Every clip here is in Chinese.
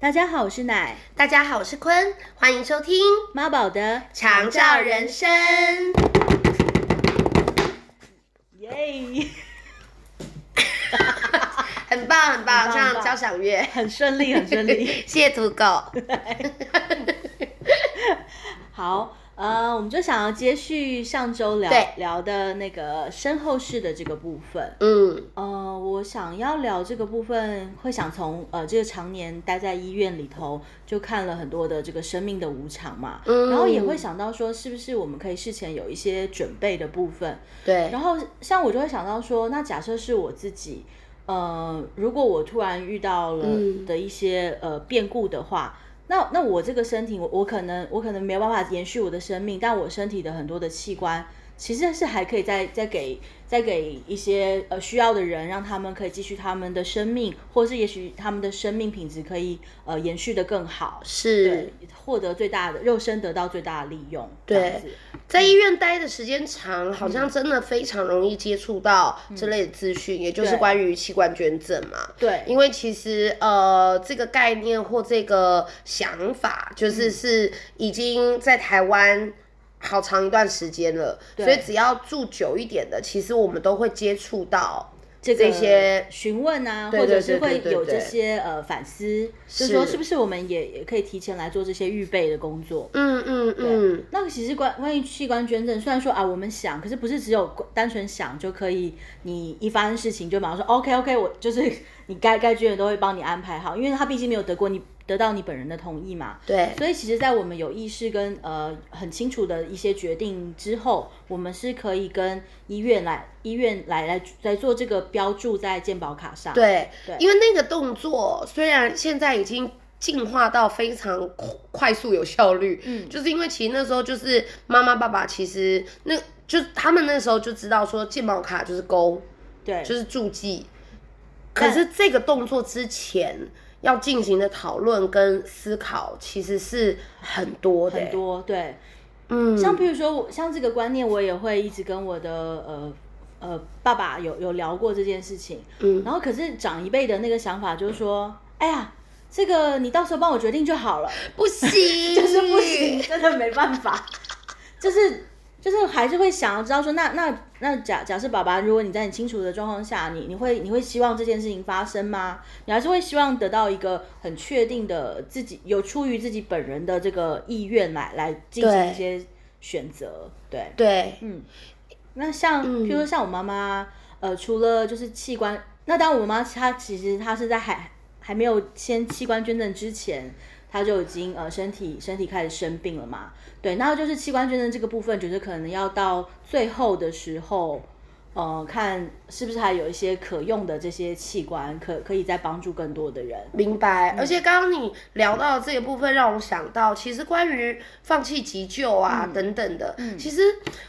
大家好，我是奶大家好，我是坤，欢迎收听《妈宝的长照人生》。耶很棒，很棒，很棒很上棒交响乐， 很顺利，很顺利。谢谢土狗。 好，呃，我们就想要接续上周聊对聊的那个身后事的这个部分。嗯，呃，我想要聊这个部分，会想从呃这个常年待在医院里头，就看了很多的这个生命的无常嘛，嗯然后也会想到说，是不是我们可以事前有一些准备的部分。对，然后像我就会想到说，那假设是我自己，呃，如果我突然遇到了嗯的一些、呃变故的话，那那我这个身体，我我可能我可能没有办法延续我的生命，但我身体的很多的器官其实是还可以再再给再给一些呃需要的人，让他们可以继续他们的生命，或是也许他们的生命品质可以呃延续的更好，是对，获得最大的肉身得到最大的利用，这样对子。在医院待的时间长，好像真的非常容易接触到这类的资讯，也就嗯是对关于器官捐赠嘛。对，因为其实呃，这个概念或这个想法，嗯就是是已经在台湾好长一段时间了，所以只要住久一点的，其实我们都会接触到。这个这些询问啊，对或者对是对会对对有这对些呃反思，就是是说是不是我们也也可以提前来做这些预备的工作。嗯嗯嗯，那个其实关关于器官捐赠，虽然说啊我们想，可是不是只有单纯想就可以，你一发生事情就马上说 OK OK，我就是 你该该捐的都会帮你安排好，因为他毕竟没有得过你得到你本人的同意嘛。对，所以其实，在我们有意识跟呃很清楚的一些决定之后，我们是可以跟医院来医院来来来做这个标注在健保卡上。对对，因为那个动作虽然现在已经进化到非常快快速有效率，嗯就是因为其实那时候就是妈妈爸爸其实那就他们那时候就知道说健保卡就是勾，对，就是助记，可但是这个动作之前要进行的讨论跟思考其实是很多的、很，多对。嗯，像比如说我像这个观念，我也会一直跟我的呃呃爸爸有有聊过这件事情。嗯然后可是长一辈的那个想法就是说，哎呀，这个你到时候帮我决定就好了。不 行，就是不行，， 真的没办法，就是就是还是会想要知道说，那那那假假设爸爸，如果你在你清楚的状况下，你你会你会希望这件事情发生吗？你还是会希望得到一个很确定的自己有出于自己本人的这个意愿来来进行对一些选择，对。对，嗯那像，嗯譬如说像我妈妈，呃，除了就是器官，那当然我妈她其实她是在还还没有先器官捐赠之前，她就已经呃身体身体开始生病了嘛。对，那就是器官捐赠这个部分，觉得可能要到最后的时候，呃，看是不是还有一些可用的这些器官，可可以再帮助更多的人。明白，而且刚刚你聊到的这个部分，让我想到，其实关于放弃急救啊、等等的，其实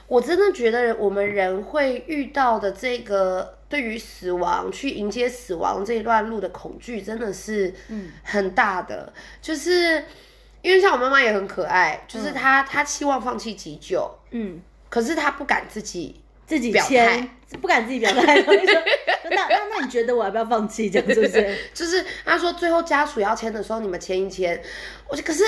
我真的觉得我们人会遇到的这个对于死亡去迎接死亡这一段路的恐惧，真的是很大的，就是因为像我妈妈也很可爱，就是她、她希望放弃急救，嗯，可是她不敢自己自己表签态，不敢自己表态， 所以说那那那你觉得我要不要放弃？这样是不是？就是他说最后家属要签的时候，你们签一签。我就可是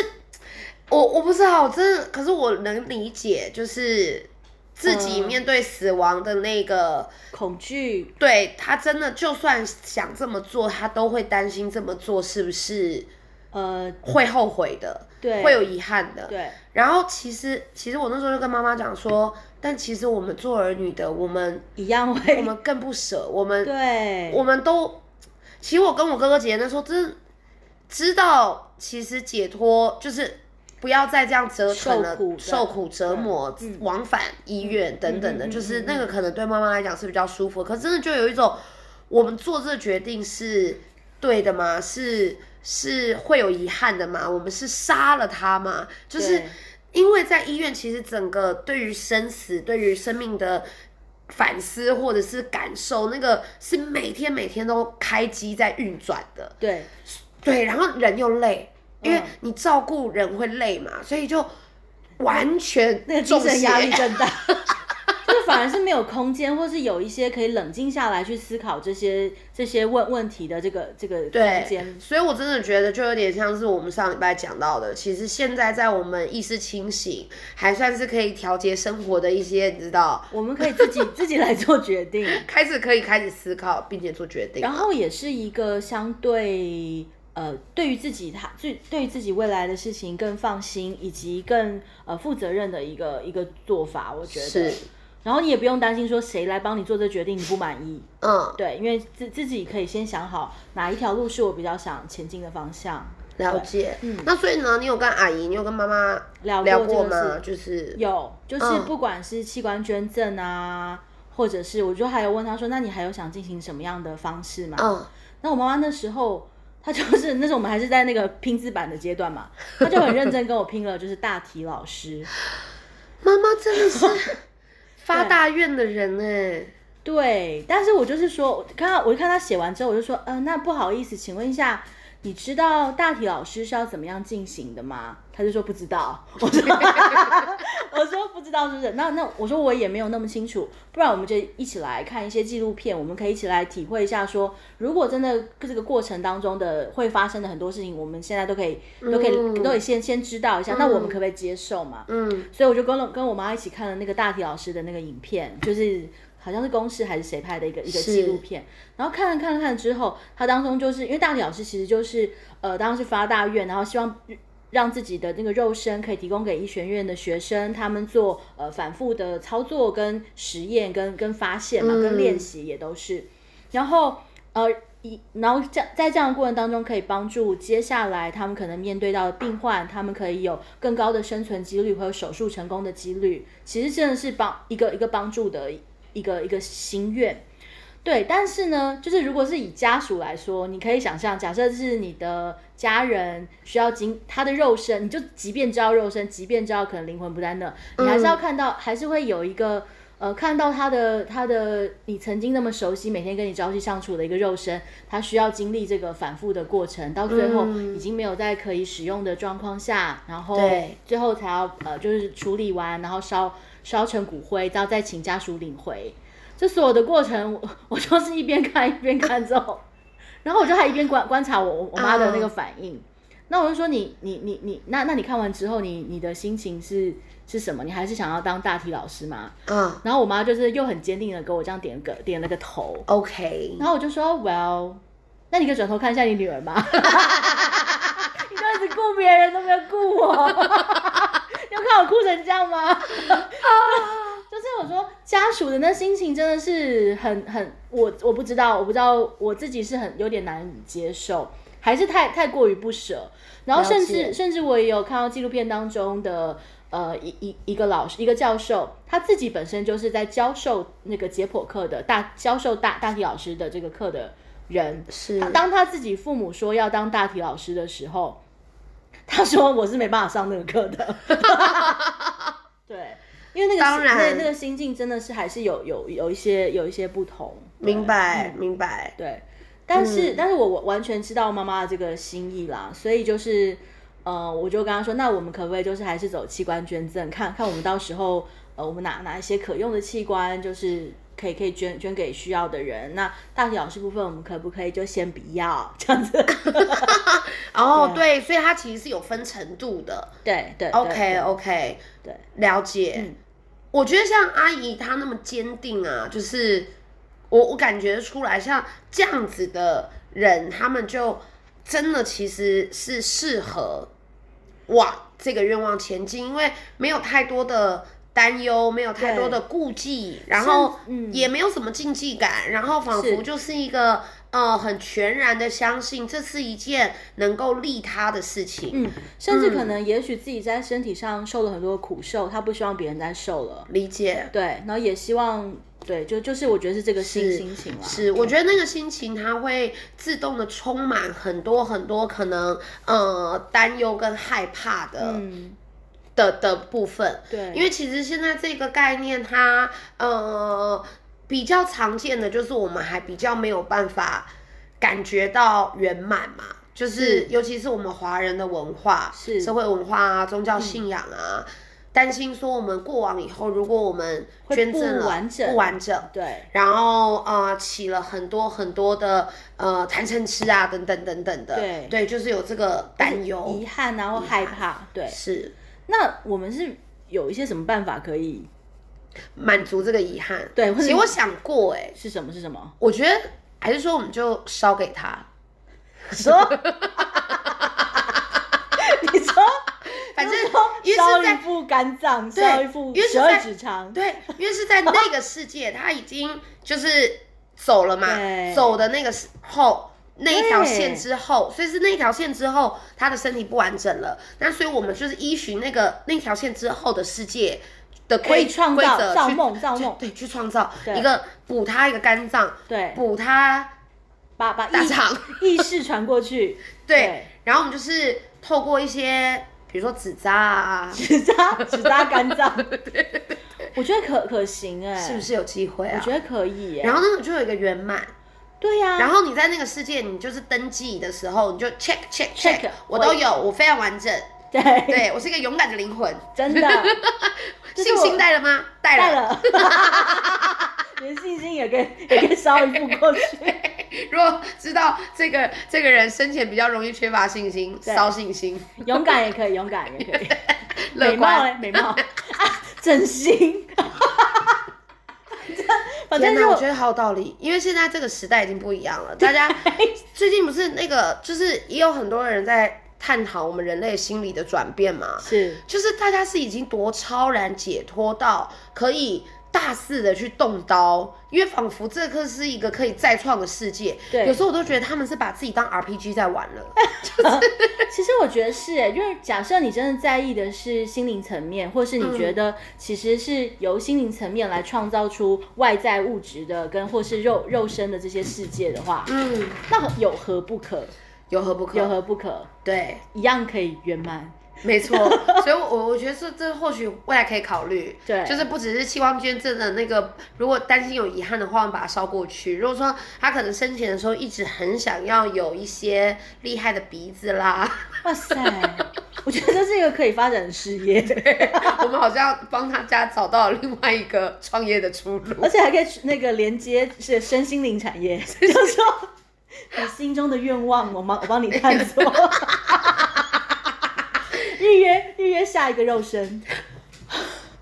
我我不知道，我真的可是我能理解，就是自己嗯面对死亡的那个，恐惧，对他真的就算想这么做，他都会担心这么做是不是呃，会后悔的，对，会有遗憾的。对。然后其实其实我那时候就跟妈妈讲说，但其实我们做儿女的，我们一样我会，们更不舍，我们对，我们都，其实我跟我哥哥姐姐那时候真的知道，其实解脱就是不要再这样折腾了，受苦嗯受苦折磨，往返医院等等的，嗯嗯嗯就是那个可能对妈妈来讲是比较舒服，可真的就有一种，我们做这个决定是对的吗？是是会有遗憾的吗？我们是杀了他吗？就是对因为在医院，其实整个对于生死、对于生命的反思或者是感受，那个是每天每天都开机在运转的。对对，然后人又累，因为嗯你照顾人会累嘛，所以就完全哎那个精中神压力 邪更大，就是反而是没有空间，或是有一些可以冷静下来去思考这些这些问问题的这个这个空间。所以我真的觉得就有点像是我们上礼拜讲到的，其实现在在我们意识清醒，还算是可以调节生活的一些，你知道，我们可以自己自己来做决 定，开始可以开始思考，并且做决定。然后也是一个相对呃，对于自己他对对于自己未来的事情更放心，以及更呃负责任的一个一个做法，我觉得。是，然后你也不用担心说谁来帮你做这决定你不满意，嗯，对，因为自自己可以先想好哪一条路是我比较想前进的方向。了解。那所以呢，你有跟阿姨，你有跟妈妈嗯聊聊过过这个吗？事就是嗯有，就是不管是器官捐赠啊，或者是我就还有问他说，那你还有想进行什么样的方式吗？嗯，那我妈妈那时候，她就是那时候我们还是在那个拼字版的阶段嘛，她就很认真跟我拼了，就是大体老师。妈妈真的 是发大愿的人哎、对，但是我就是说，我看到我看她写完之后，我就说，呃，那不好意思，请问一下，你知道大体老师是要怎么样进行的吗？她就说不知道。 我说我说不知道是不是？那那我说我也没有那么清楚，不然我们就一起来看一些纪录片，我们可以一起来体会一下说，如果真的这个过程当中的会发生的很多事情，我们现在都可以都可以、嗯都可以先先知道一下，那我们可不可以接受嘛？嗯，所以我就跟了跟我妈一起看了那个大体老师的那个影片，就是好像是公视还是谁拍的一个一个是纪录片。然后看了看了看了之后，他当中就是因为大体老师其实就是呃，当时发大愿，然后希望让自己的那个肉身可以提供给医学院的学生，他们做呃反复的操作跟实验跟跟发现嘛，嗯跟练习也都是。然后呃一，然后在在这样的过程当中，可以帮助接下来他们可能面对到的病患，他们可以有更高的生存几率和手术成功的几率。其实真的是帮一个一个帮助的一个一个心愿。对，但是呢，就是如果是以家属来说，你可以想象，假设是你的家人需要经他的肉身，你就即便知道肉身，即便知道可能灵魂不在那，你还是要看到，还是会有一个呃，看到他的他的你曾经那么熟悉，每天跟你朝夕相处的一个肉身，他需要经历这个反复的过程，到最后嗯已经没有在可以使用的状况下，然后对最后才要呃就是处理完，然后烧烧成骨灰，然后再请家属领回。这所有的过程，我 我就是一边看一边看之后， 然后我就还一边观观察我我我妈的那个反应。那我就说你你你你，那那你看完之后，你你的心情是是什么？你还是想要当大体老师吗？嗯然后我妈就是又很坚定的给我这样点个点了个头， ，OK，然后我就说 Well，那你可以转头看一下你女儿吗？ 你都一直顾别人，都没有顾我，你要看我哭成这样吗？ 就是我说家属的那心情真的是很很，我我不知道，我不知道我自己是很有点难以接受，还是太太过于不舍。然后甚了至解甚至我也有看到纪录片当中的呃一一一个老师一个教授，他自己本身就是在教授那个解剖课的大教授大大体老师的这个课的人，是他当他自己父母说要当大体老师的时候，他说我是没办法上那个课的。 对，因为那个当然那那个心境真的是还是有有有一些有一些不同。对明嗯白明白，对，但嗯是、但是我我完全知道妈妈的这个心意啦，所以就是呃，我就跟她说，那我们可不可以就是还是走器官捐赠，看看我们到时候呃，我们哪哪一些可用的器官就是。可以可以捐捐给需要的人。那大体老师部分，我们可不可以就先不要这样 子？哦对，所以它其实是有分程度的对对对，OK 哦对 OK，对了解。嗯我觉得像阿姨她那么坚定啊，就是我我感觉出来，像这样子的人，他们就真的其实是适合往这个愿望前进，因为没有太多的担忧，没有太多的顾忌，然后嗯也没有什么禁忌感，然后仿是佛就是一个呃很全然的相信这是一件能够利他的事情，嗯，甚至可能也许自己在身体上受了很多的苦受，他不希望别人再受了。理解。对，然后也希望对，就就是我觉得是这个心是心情啦。是，我觉得那个心情它会自动的充满很多很多可能呃担忧跟害怕的、嗯，的的部分，对，因为其实现在这个概念它呃比较常见的就是我们还比较没有办法感觉到圆满嘛。就是是，尤其是我们华人的文化、是嗯社会文化啊、宗教信仰啊，担心说我们过往以后，如果我们捐赠了不完整不完整，对，然后呃起了很多很多的呃谈成吃啊等等等等的，对就是有这个担忧遗，憾啊或害怕，对。是那我们是有一些什么办法可以？满足这个遗憾。对或者其实我想过哎、是什么？是什么？我觉得还是说我们就烧给他，说， 你说，反正就是说因为 是烧在一副肝脏，对烧一副因为是十二在指肠，对，因为是在那个世界，他已经就是走了嘛对，走的那个时后那一条对线之后，所以是那一条线之后，他的身体不完整了。那所以我们就是依循那个那条线之后的世界的可以规哎创规造则造去梦造梦对，去创造对一个补他一个肝脏，对，补他把把大意肠， 意识传过去， 对，然后我们就是透过一些比如说纸扎啊，对，只扎只扎肝 脏，我觉得可可行哎，是不？是有机会我啊？觉得可以哎，然后那种就有一个圆满。对呀，然后你在那个世界，你就是登记的时候，你就 check check Check， check，我都有，我非常完整，对， 对我是一个勇敢的灵魂。真 的这是信我心带了吗？带带了。了， 连信心也可以也可以烧一副过去，如果知道这个这个人生前比较容易缺乏信心，对烧信心，勇敢也可以，勇敢也可 以。乐美貌嘞，观。 美貌啊，整 形。反正天哪，就我觉得好有道理，因为现在这个时代已经不一 样了。大家最近不是那个，就是也有很多人在探讨我们人类心理的转变嘛。是就是大家是已经多超然解脱到可以大肆的去动刀，因为仿佛这个是一个可以再创的世界。对有时候我都觉得他们是把自己当 RPG 在玩 了。其实我觉得是耶，因为假设你真的在意的是心灵层面，或是你觉嗯得其实是由心灵层面来创造出外在物质的跟或是肉肉身的这些世界的话，嗯，那有何不可？有何不可？有何不可？对，一样可以圆满。没 错。所以我，我我觉得这这或许未来可以考虑。对就是不只是器官捐赠的那个，如果担心有遗憾的话，我们把它烧过去。如果说他可能生前的时候一直很想要有一些厉害的鼻子啦，哇塞，我觉得这是一个可以发展的事业， 我们好像帮他家找到了另外一个创业的出路。而且还可以那个连接是身心灵产业， 就是说你心中的愿望，我帮我帮你探索。 预约预约下一个肉身，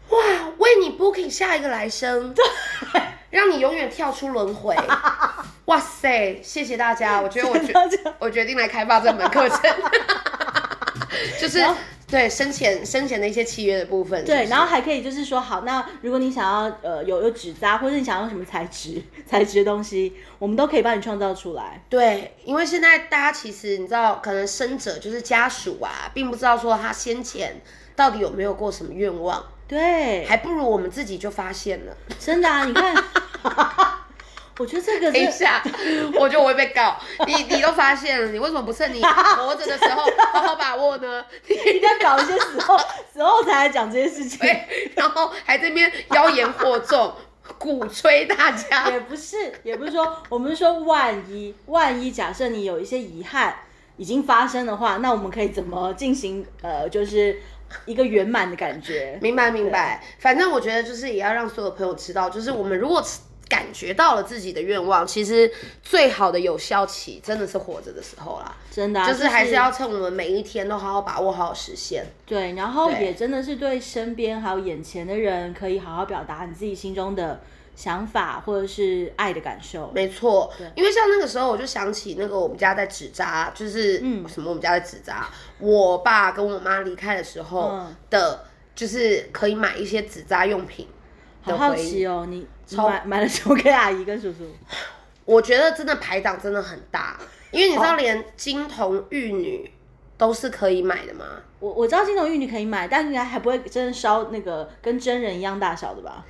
哇，为你 booking 下一个来生，让你永远跳出轮 回。哇塞，谢谢大家！我觉得我决真的真的我决定来开发这门课 程，就是然后对生前生前的一些契约的部分。对，然后后还可以就是说，好，那如果你想要呃有有纸扎，或者你想要什么材质 材质的东西，我们都可以帮你创造出来。对，因为现在大家其实你知道，可能生者就是家属啊，并不知道说他先前到底有没有过什么愿望，对，还不如我们自己就发现了。真的啊，你 看，我觉得这个 等一哎是下，我觉得我会被告。你你都发现了，你为什么不 趁你活着的时候好好把握呢？一定要搞一些时 候时候才来讲这些事情。对， 然后还这边妖言惑众，鼓吹大家。 也不是，也不是说，我们是说万一，万一假设你有一些遗憾已经发生的话，那我们可以怎么进行？呃，就是一个圆满的感觉。明白明白，反正我觉得就是也要让所有朋友知道，就是我们如果感觉到了自己的愿望，其实最好的有效期真的是活着的时候啦，真的啊、就是还是要趁我们每一天都好好把握，好好实现。对，然后对也真的是对身边还有眼前的人，可以好好表达你自己心中的想法或者是爱的感受。没错，因为像那个时候，我就想起那个我们家在纸扎，就是嗯什么我们家在纸扎，我爸跟我妈离开的时候嗯的，就是可以买一些纸扎用品。好好奇哦，你你超买买了什么给阿姨跟叔叔？我觉得真的排档真的很大，因为你知道连金童玉女都是可以买的吗？我我知道金童玉女可以买，但应该还不会真的烧那个跟真人一样大小的吧？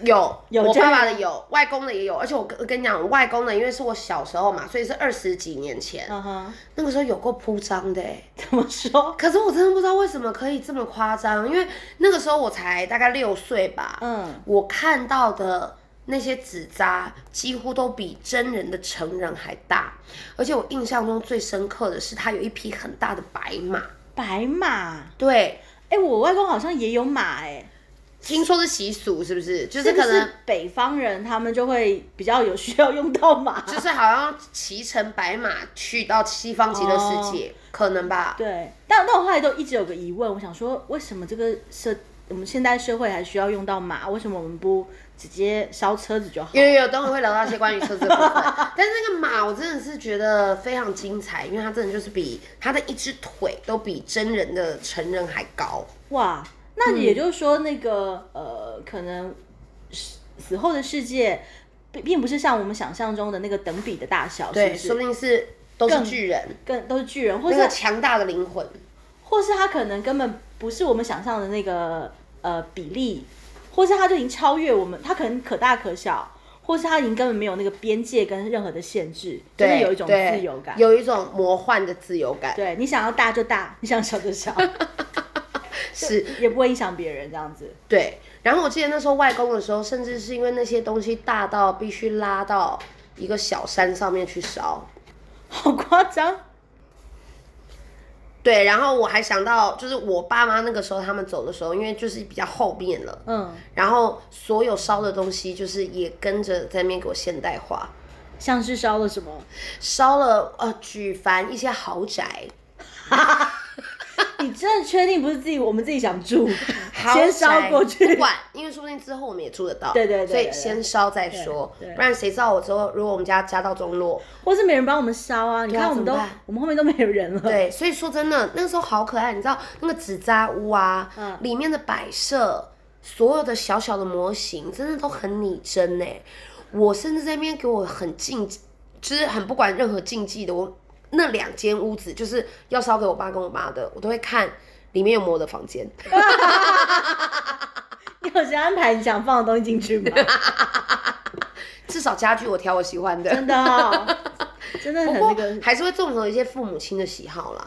有，有我这爸样爸吗的有，外公的也有，而且我跟跟你讲，我外公的因为是我小时候嘛，所以是二十几年前，嗯哼， 那个时候有够铺张的、欸。怎么说？可是我真的不知道为什么可以这么夸张，因为那个时候我才大概六岁吧，嗯。我看到的那些纸扎几乎都比真人的成人还大，而且我嗯印象中最深刻的是，它有一匹很大的白马，白马，对，哎、哎、我外公好像也有马哎、听说是习俗是不是？就是是不可能是北方人他们就会比较有需要用到马？就是好像骑乘白马去到西方极乐世界，哦可能吧？对，但但我后来都一直有个疑问，我想说，为什么这个社我们现代社会还需要用到马？为什么我们不直接烧车子就好？因为有等会会聊到一些关于车子的部分，但是那个马我真的是觉得非常精彩，因为它真的就是比它的一只腿都比真人的成人还高。哇，那嗯也就是说，那个、呃，可能死死后的世界并并不是像我们想象中的那个等比的大小，是对，不说是？不定是都是巨人，更都是巨人，或那个是强大的灵魂。或是他可能根本不是我们想象的那个呃比例，或是他就已经超越我们，他可能可大可小，或是他已经根本没有那个边界跟任何的限制，就是对，有一种对自由感。有一种魔幻的自由感，对你想要大就大，你想小就小， 是也不会影响别人这样子。对。然后我记得那时候外公的时候，甚至是因为那些东西大到必须拉到一个小山上面去烧，好夸张！对，然后我还想到，就是我爸妈那个时候他们走的时候，因为就是比较后面了，嗯，然后所有烧的东西就是也跟着在那边给我现代化，像是烧了什么？ 烧了呃举凡一些豪宅，你真的确定不是自己我们自己想住，豪先宅烧过去不？管，因为说不定之后我们也住得到，对对对所对以对先烧再说，对对不然谁知道我之后如果我们家家道中落，或是没人帮我们烧啊？你对啊看我们怎都么办我们后面都没有人了。对，所以说真的，那个时候好可爱，你知道那个纸扎屋啊，嗯里面的摆设，所有的小小的模型，真的都很拟真呢。我甚至在那边给我很禁，就是很不管任何禁忌的，我那两间屋子就是要烧给我爸跟我妈的，我都会看里面有没有我的房间。你有先安排你想放的东西进去 吗？至少家具我挑我喜欢的，真的哦、 真的很不过那个。还是会综合一些父母亲的喜好啦，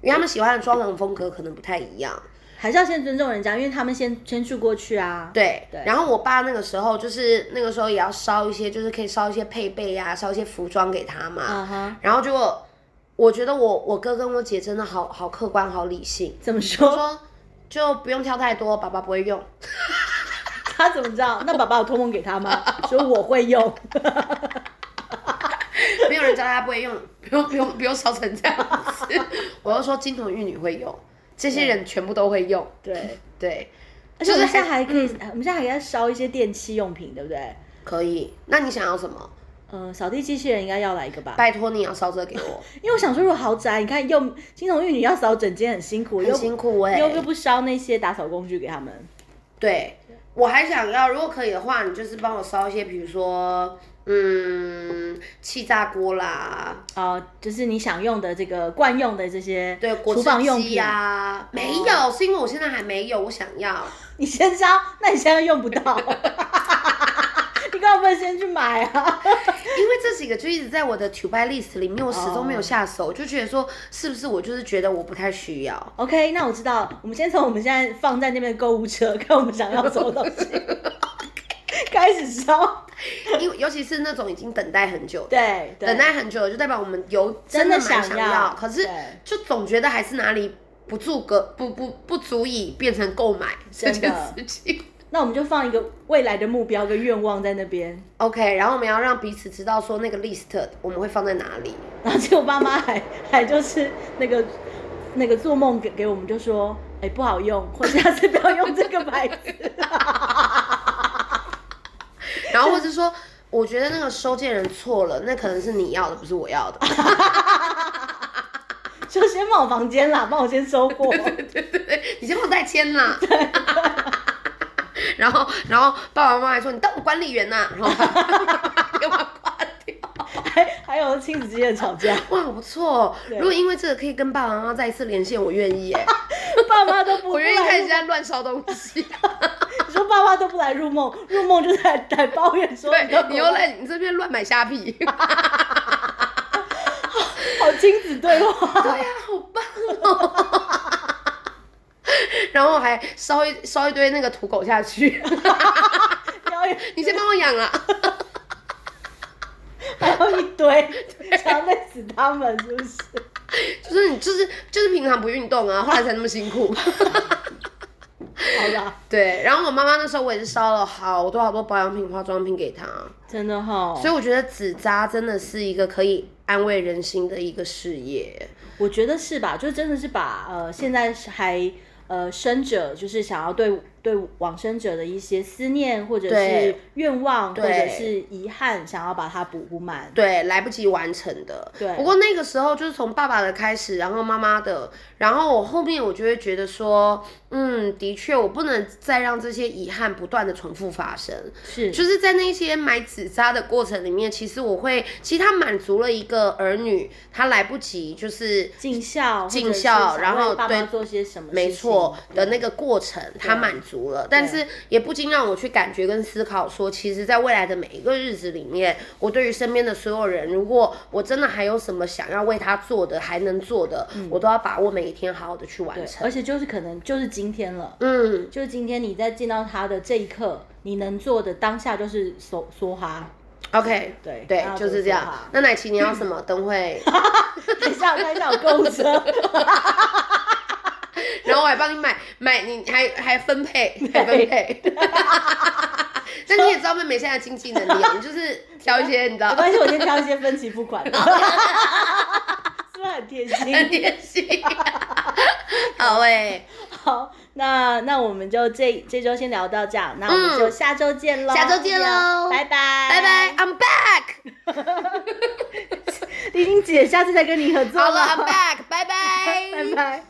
因为他们喜欢的装潢风格可能不太一样。还是要先尊重人家，因为他们先先住过去啊。，对，对然后我爸那个时候就是那个时候也要烧一些，就是可以烧一些配备啊，烧一些服装给他嘛。啊哈，然后结果我觉得我我哥跟我姐真的好好客观，好理性。怎么我说？说就不用挑太多，爸爸不会用。他怎么知道？那爸爸有托梦给他 吗？说我会用，没有人教他不会用，不用不用不用烧成这样子。 我又说金童玉女会用，这些人全部都会用。对。对，而且我 们就是嗯还现在还可以，我们现在还要烧一些电器用品，对不对？可以。那你想要什么？嗯、扫地机器人应该要来一个吧？拜托你也要烧这给 我，因为我想说，如果豪宅，你看又金童玉女要扫整间很辛苦，很又辛苦哎、又又不烧那些打扫工具给他们。对，我还想要，如果可以的话，你就是帮我烧一些，比如说，嗯，气炸锅啦，哦，就是你想用的这个惯用的这些对，果厨房汁用机品，啊呀、没有，是因为我现在还没有，我想要。你先烧，那你现在用不 到，你干嘛不能先去买啊？因为这几个就一直在我的 to buy list 里面，我始终没有下手，就觉得说是不是我就是觉得我不太需 要。 OK，那我知道，我们先从我们现在放在那边的购物车，看我们想要什么东 西，开始烧。因为尤其是那种已经等待很久的，对，对等待很久了，就代表我们有真的的蛮想想要可是对就总觉得还是哪里不足格，不不不足以变成购买这真件的事情。那我们就放一个未来的目标跟愿望在那边。 OK，然后我们要让彼此知道说那个 list 我们会放在哪里。然后结果爸妈还还就是那个那个做梦给给我们就说，哎、不好用，或者下次不要用这个牌 子。然后或者说，我觉得那个收件人错了，那可能是你要的，不是我要的。 就先放我房间啦，帮我先收货。对对对，你先帮我代签啦。 然后然后爸爸妈妈还说你当我管理员呐、然后 给我挂掉。还还有亲子之间的吵 架，哇，好不错、哦！对如果因为这个可以跟爸爸妈妈再一次连线，我愿意 哎，爸妈都不我愿意不来看入人家乱烧东 西。你说爸妈都不来入梦，入梦就在在抱怨说对到，你又来你这边乱买虾皮。好亲子对话， 对呀、好棒哦！ 然后还烧一烧一堆那个土狗下去， 然后有你先帮我养啊啦。还有一堆，想要累死他们是不是？就是你就是就是平常不运动啊，后来才那么辛苦。啦，对，然后我妈妈那时候我也是烧了好多好多保养品、化妆品给她，真的哈、所以我觉得纸扎真的是一个可以安慰人心的一个事业。我觉得是吧？就真的是把呃现在是还呃生者，就是想要对对往生者的一些思念，或者是对愿望，或对者是遗憾，想要把它补补满。对，来不及完成的。对不过那个时候就是从爸爸的开始，然后妈妈的，然后我后面我就会觉得说，嗯，的确，我不能再让这些遗憾不断的重复发生。是，就是在那些买纸扎的过程里面，其实我会，其实它满足了一个儿女，他来不及就是尽孝，尽或者是孝想然为后爸对妈做些什么，没错的那个过程，啊它满足了，但是也不禁让我去感觉跟思考说，其实，在未来的每一个日子里面，我对于身边的所有人，如果我真的还有什么想要为他做的，还能做的，我都要把握每一天，好好的去完嗯对，成。而且就是可能就是今天了。嗯，就是今天你在见到他的这一刻，你能做的当下就是 梭梭哈， OK，对对那，要就是多这说样话。那奶琪，你要什么？等会， 等一下我看一下我购物 车，然后我还帮你买买，你还还分配，还分 配。 但你也知道妹妹现在经济能力啊，你就是挑一些你知道没关系，我先挑一些分期付款的， 是不是很贴 心？很贴心。好诶、好，那那我们就这这周先聊到这样，那我们就下周见喽、嗯下周见喽拜拜，拜拜。，I'm back。玲玲姐，下次再跟你合作好了，I'm 了， back，拜拜。拜拜。